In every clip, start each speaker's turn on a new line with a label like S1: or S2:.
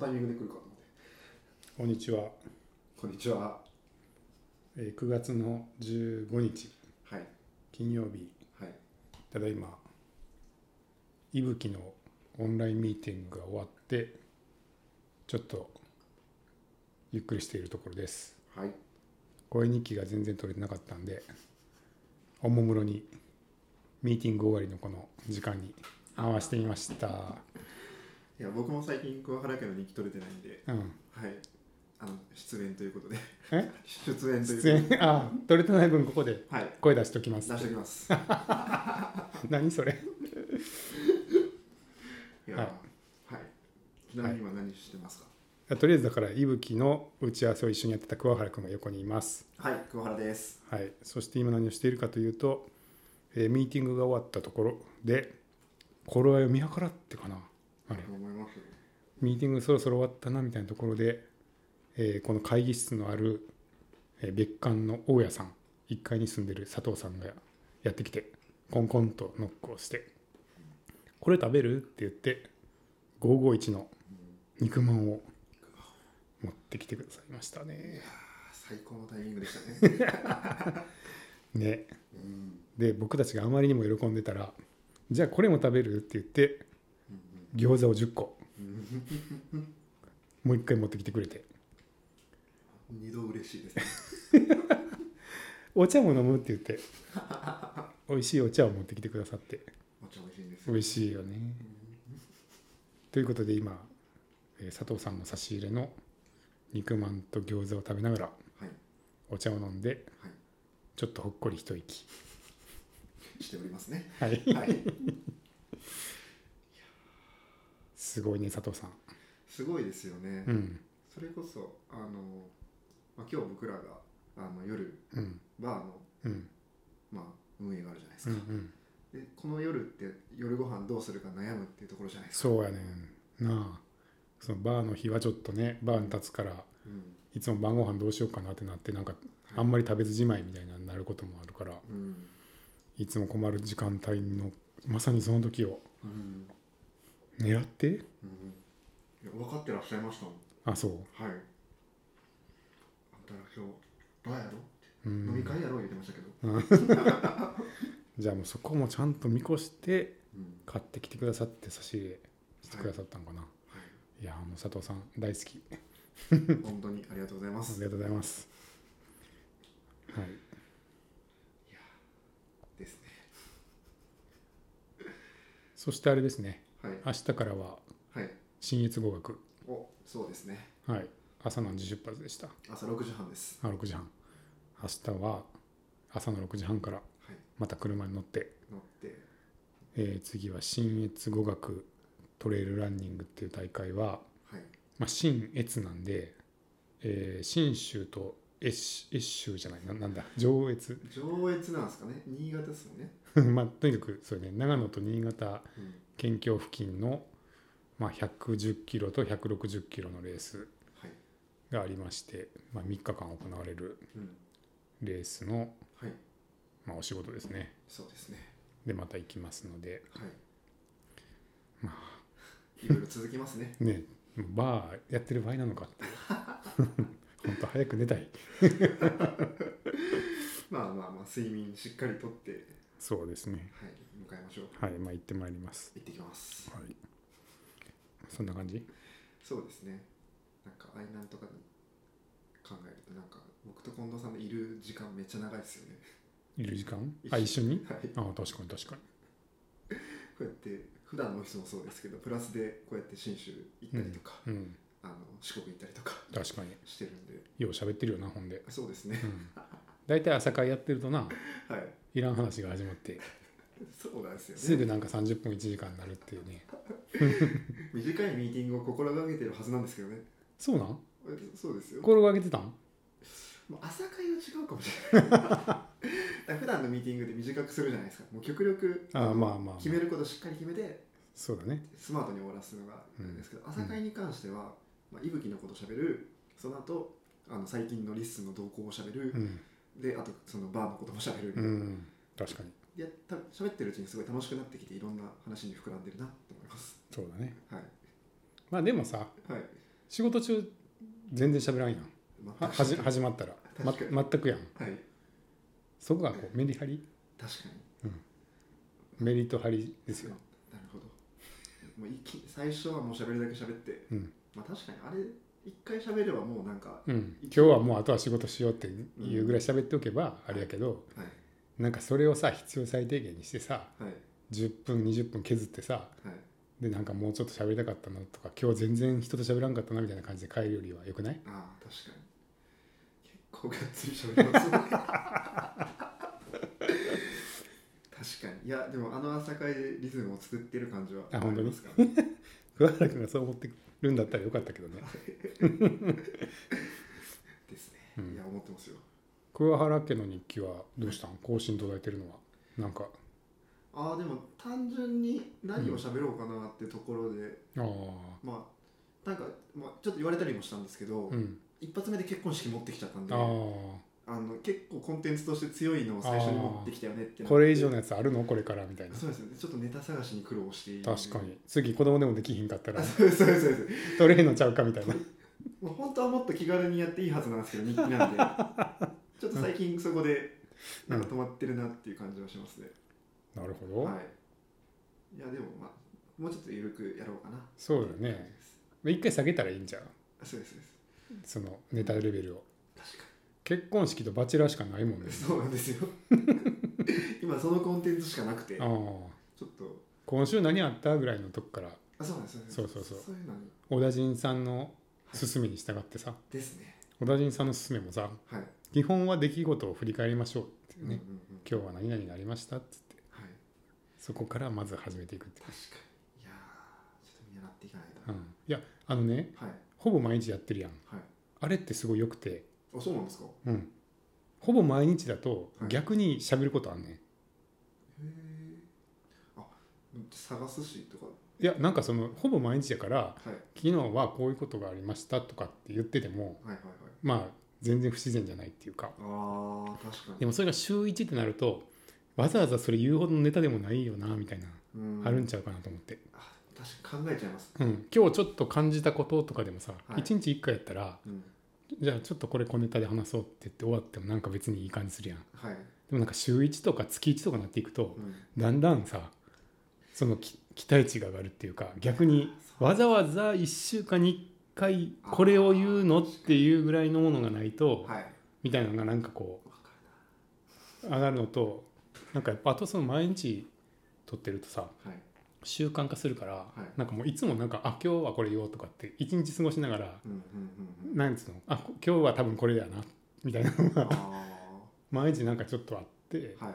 S1: タイミングで来るかと思って
S2: こんにちは、
S1: こんにちは
S2: えー9月の15日
S1: はい
S2: 金曜日
S1: はい
S2: ただいまいぶきのオンラインミーティングが終わってちょっとゆっくりしているところです
S1: はい
S2: 声日記が全然取れてなかったんでおもむろにミーティング終わりのこの時間に合わせてみました
S1: いや僕も最近桑原家の日記取れてないんで
S2: うん
S1: はいあの出演ということ で
S2: え
S1: 出演ということ
S2: 出
S1: で
S2: 演あ取れてない分ここで
S1: はい
S2: 声出しときま
S1: 出
S2: す
S1: しておきます い
S2: 何それ
S1: や
S2: は
S1: はいい、ちなみに今何してますか
S2: あとりあえずだから伊吹の打ち合わせを一緒にやってた桑原君が横にいます、
S1: はい、桑原です
S2: はい、そして今何をしているかというと、えーミーティングが終わったところで頃合いを見計らってかなあれ
S1: と思いますよ
S2: ミーティングそろそろ終わったなみたいなところで、えーこの会議室のある、えー別館の大家さん1階に住んでる佐藤さんがやってきてコンコンとノックをして「これ食べる?」って言って551の肉まんを持ってきてくださいましたね。
S1: あー最高のタイミングでしたね
S2: ね
S1: うん
S2: で僕たちがあまりにも喜んでたら「じゃあこれも食べる?」って言って餃子を10個もう1回持ってきてくれて
S1: 二度嬉しいですね
S2: お茶も飲むって言って美味しいお茶を持ってきてくださって
S1: もちろん美味しいんですよ
S2: 美味しいよねということで今えー佐藤さんの差し入れの肉まんと餃子を食べながら
S1: はいは
S2: お茶を飲んで
S1: い
S2: ちょっとほっこり一息
S1: しておりますね
S2: はい
S1: はい
S2: すごいね佐藤さん
S1: すごいですよね、
S2: うん
S1: それこそあの、まあ、今日僕らがあの夜
S2: うん
S1: バーの、
S2: うん
S1: まあ、運営があるじゃないです
S2: う
S1: か
S2: んう、ん
S1: でこの夜って夜ご飯どうするか悩むっていうところじゃないですか
S2: そうやねんなあそのバーの日はちょっとねバーに立つから
S1: うん、
S2: いつも晩ご飯どうしようかなってなってなんかあ
S1: はい
S2: んまり食べずじまいみたいなのになることもあるから
S1: うん
S2: いつも困る時間帯のまさにその時を
S1: うん
S2: 狙って
S1: うんいや分かってらっしゃいましたもん
S2: あそう、
S1: はいあんたら今日バーやろ
S2: う
S1: 飲み
S2: ん、
S1: 会やろ言ってましたけど、
S2: じゃあもうそこもちゃんと見越して
S1: うん
S2: 買ってきてくださって差し入れしてくださったのかな、い、やあもう佐藤さん大好きあ
S1: はい、本当にありがとうございます
S2: りがとうございますはい
S1: ですね
S2: そしてあれですね
S1: はい
S2: 明日からは
S1: はい
S2: 新越語学
S1: おそうですね
S2: はい朝の時出発でした
S1: 朝6時半です
S2: あ6時半明日は朝の6時半から
S1: はい
S2: また車に乗って、
S1: 乗って
S2: えー次は新越語学トレイルランニングっていう大会は、
S1: はい
S2: まあ、新越なんで、えー新州と越州越州じゃないななんだ上越
S1: 上越なんですかね新潟ですもんね、
S2: まあとにかくそうね長野と新潟
S1: うん
S2: 県境付近の、まあ、110キロと160キロのレース
S1: はい、
S2: がありまして、まあ、3日間行われる
S1: うん、
S2: レースの、
S1: はい
S2: まあ、お仕事ですね
S1: そうですね
S2: でまた行きますので
S1: はい
S2: ま
S1: いろいろ続きますね
S2: ねもうバーやってる場合なのかって 本当早く寝たい
S1: まあまあまあ睡眠しっかりとって
S2: そうですね
S1: はい迎えましょう
S2: はいまあ行ってまいります
S1: 行ってきます
S2: はいそんな感じ
S1: そうですねなんか愛南とかに考えるとなんか僕と近藤さんのいる時間めっちゃ長いですよね
S2: いる時間
S1: 一緒
S2: あ一緒に
S1: はい
S2: あ確かに確かに
S1: こうやって普段のオフィスもそうですけどプラスでこうやって信州行ったりとか、
S2: うん
S1: あの四国行ったりとか
S2: 確かに
S1: してるんで
S2: よう喋ってるよなほんで
S1: そうですね
S2: うん大体朝会やってるとな
S1: はい
S2: いらん話が始まって
S1: そうなんですよね
S2: すぐなんか30分1時間になるっていうね
S1: 短いミーティングを心がけてるはずなんですけどね
S2: そうなん
S1: えそうですよ、
S2: 心がけてたん
S1: まあ、朝会は違うかもしれない だから普段のミーティングで短くするじゃないですかもう極力
S2: あ
S1: の
S2: まあまあ
S1: 決めることをしっかり決めて
S2: そうだね
S1: スマートに終わらすのが
S2: うん
S1: ですけど、朝会に関しては、まあ、いぶきのことしゃべるその後あの最近のリッスンの動向をしゃべる
S2: う、ん
S1: であとそのバーのこともしゃべる、
S2: うん確かに
S1: でやった喋ってるうちにすごい楽しくなってきていろんな話に膨らんでるなと思います
S2: そうだね
S1: はい
S2: まあでもさ
S1: はい
S2: 仕事中全然喋らんやん
S1: まあ
S2: ははじ始まったら、ま、
S1: 確かに
S2: 全くやん
S1: はい
S2: そこがこうメリハリ
S1: 確かに
S2: メリットハリですよ、
S1: なるほどもういき最初はもう喋るだけ喋って、
S2: うん
S1: まあ確かにあれ一回喋ればもうなんか
S2: うん、今日はもうあとは仕事しようっていうぐらい喋っておけばあれやけど、
S1: はい
S2: なんかそれをさ必要最低限にしてさ
S1: はい
S2: 10分20分削ってさ
S1: はい
S2: でなんかもうちょっと喋りたかったなとか今日全然人と喋らんかったなみたいな感じで帰るよりはよくない
S1: ああ確かに結構がっつり喋りますね確かにいやでもあの朝会でリズムを作ってる感じは
S2: あ本当に
S1: りますからね
S2: 桑原君がそう思ってくるんだったらよかったけどね
S1: ですね、
S2: うん
S1: いや思ってますよ
S2: 桑原家の日記はどうしたん更新途絶えてるのはなんか
S1: ああでも単純に何を喋ろうかなってところで、
S2: ああ
S1: まあなんか、まあ、ちょっと言われたりもしたんですけど、
S2: うん
S1: 一発目で結婚式持ってきちゃったんで
S2: あ
S1: あ
S2: あ
S1: の結構コンテンツとして強いのを最初に持ってきたよねってなって
S2: これ以上のやつあるのこれからみたいな
S1: そうですねちょっとネタ探しに苦労している
S2: 確かに次子供でもできひんかっ たら
S1: あそうですそうですそうです
S2: 取れへんのちゃうかみたいな
S1: もう本当はもっと気軽にやっていいはずなんですけど日記 なんでちょっと最近そこでなんか止まってるなっていう感じはしますね、
S2: なるほど、
S1: はいいやでもまあもうちょっと緩くやろうかな
S2: そうだ
S1: 感じ
S2: ね
S1: です
S2: 一回下げたらいいんじゃん
S1: あそうですそうです
S2: そのネタレベルを
S1: 確か
S2: 結婚式とバチェラーしかないもんね
S1: にそうなん ですよ今そのコンテンツしかなくてち
S2: あ
S1: ょ
S2: あ
S1: っと
S2: 今週何あったぐらいのとこから
S1: あそうなんです
S2: そうそうそう
S1: そういうのに
S2: 小田陣さんの勧めに従ってさ
S1: ですね
S2: 小田陣さんの勧めもさ
S1: はい、
S2: 基本は出来事を振り返りましょうっていう
S1: うんうんう
S2: ね、
S1: ん
S2: 今日は何々がありましたっつって
S1: はい
S2: そこからまず始めていくって、
S1: 確かにいやーちょっと見習っていかないと
S2: う
S1: な、
S2: ん、いやあのね
S1: はい
S2: ほぼ毎日やってるやん
S1: はい
S2: あれってすごい良くて、
S1: あそうなんですかへ
S2: うん、ほぼ毎日だと
S1: はい
S2: 逆に喋ることあんねん、い、
S1: えあ探すしとか
S2: やなんかそのほぼ毎日やから
S1: はい
S2: 昨日はこういうことがありましたとかって言ってても
S1: はいはいはい
S2: まあ全然不自然じゃないっていうか
S1: あー確かに
S2: でもそれが週1ってなるとわざわざそれ言うほどのネタでもないよなみたいな、
S1: うん
S2: あるんちゃうかなと思って、
S1: あ確かに考えちゃいます
S2: うん、今日ちょっと感じたこととかでもさ、
S1: はい
S2: 1日1回やったら
S1: うん
S2: じゃあちょっとこれ小ネタで話そうって言って終わってもなんか別にいい感じするやんで
S1: はい、
S2: もなんか週1とか月1とかなっていくと
S1: うん、
S2: だんだんさそのき期待値が上がるっていうか逆にわざわざ1週間に1回これを言うのっていうぐらいのものがないと
S1: はい
S2: みたいなのがなんかこ
S1: わかる
S2: う上がるのとなんかやっぱあとその毎日撮ってるとさ
S1: なはい
S2: 習慣化するから、
S1: い
S2: なんかもういつもなんか「あ今日はこれ言おう」とかって一日過ごしながら
S1: うんうん うんうん
S2: なんつうの「あこ今日は多分これだよな」みたいな の
S1: あ
S2: が毎日なんかちょっとあって
S1: ーはい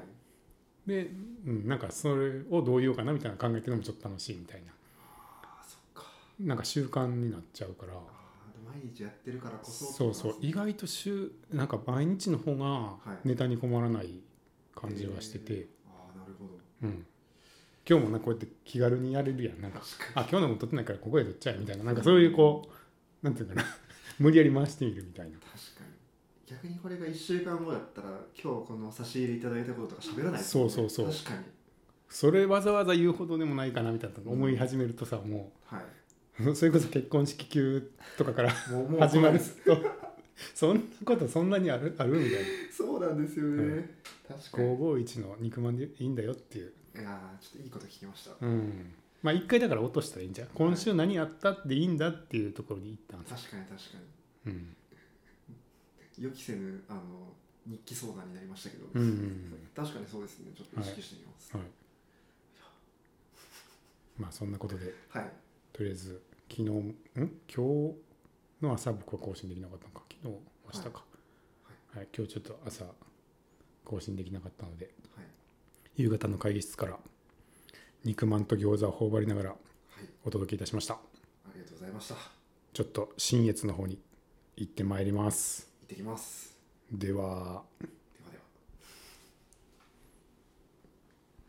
S2: で、うん、なんかそれをどう言おうかなみたいなの考えてるのもちょっと楽しいみたいな
S1: あそっか
S2: なんか習慣になっちゃうから
S1: あー毎日やってるからこそ
S2: そうそう意外と週なんか毎日の方が
S1: はい
S2: ネタに困らない感じはしてて、
S1: へーああなるほど
S2: うん、今日もなんかこうやって気軽にやれるやんなんか
S1: 確か
S2: あ今日のも撮ってないからここで撮っちゃえみたいななんかそういうこうなんていうのかな 無理やり回してみるみたいな
S1: に確かに逆にこれが1週間後だったら今日この差し入れいただいたこととか喋らないですもんね
S2: そうそうそう
S1: 確かに
S2: それわざわざ言うほどでもないかなみたいな思い始めるとさも
S1: は
S2: うそれこそ結婚式級とかから
S1: いもうもう
S2: 始まるとそんなことそんなにあるあるみたいな
S1: そうなんですよね、
S2: う
S1: 確かに
S2: 551の肉まんでいいんだよっていう
S1: いやーちょっといいこと聞きました
S2: うんまあ一回だから落としたらいいんじゃん今週何やったっていいんだっていうところに行ったんです、
S1: 確かに確か
S2: うん
S1: に予期せぬあの日記相談になりましたけど、
S2: うんうんうん
S1: 確かにそうですねちょっと意識してみます
S2: はい、まあそんなことで
S1: はい、
S2: とりあえず昨日ん今日の朝僕は更新できなかったのか昨日明日かはい、今日ちょっと朝更新できなかったので
S1: はい
S2: 夕方の会議室から肉まんと餃子を頬張りながら
S1: はい
S2: お届けいたしました
S1: ありがとうございました行
S2: ちょっと新越の方に行ってまいります
S1: ってきます
S2: では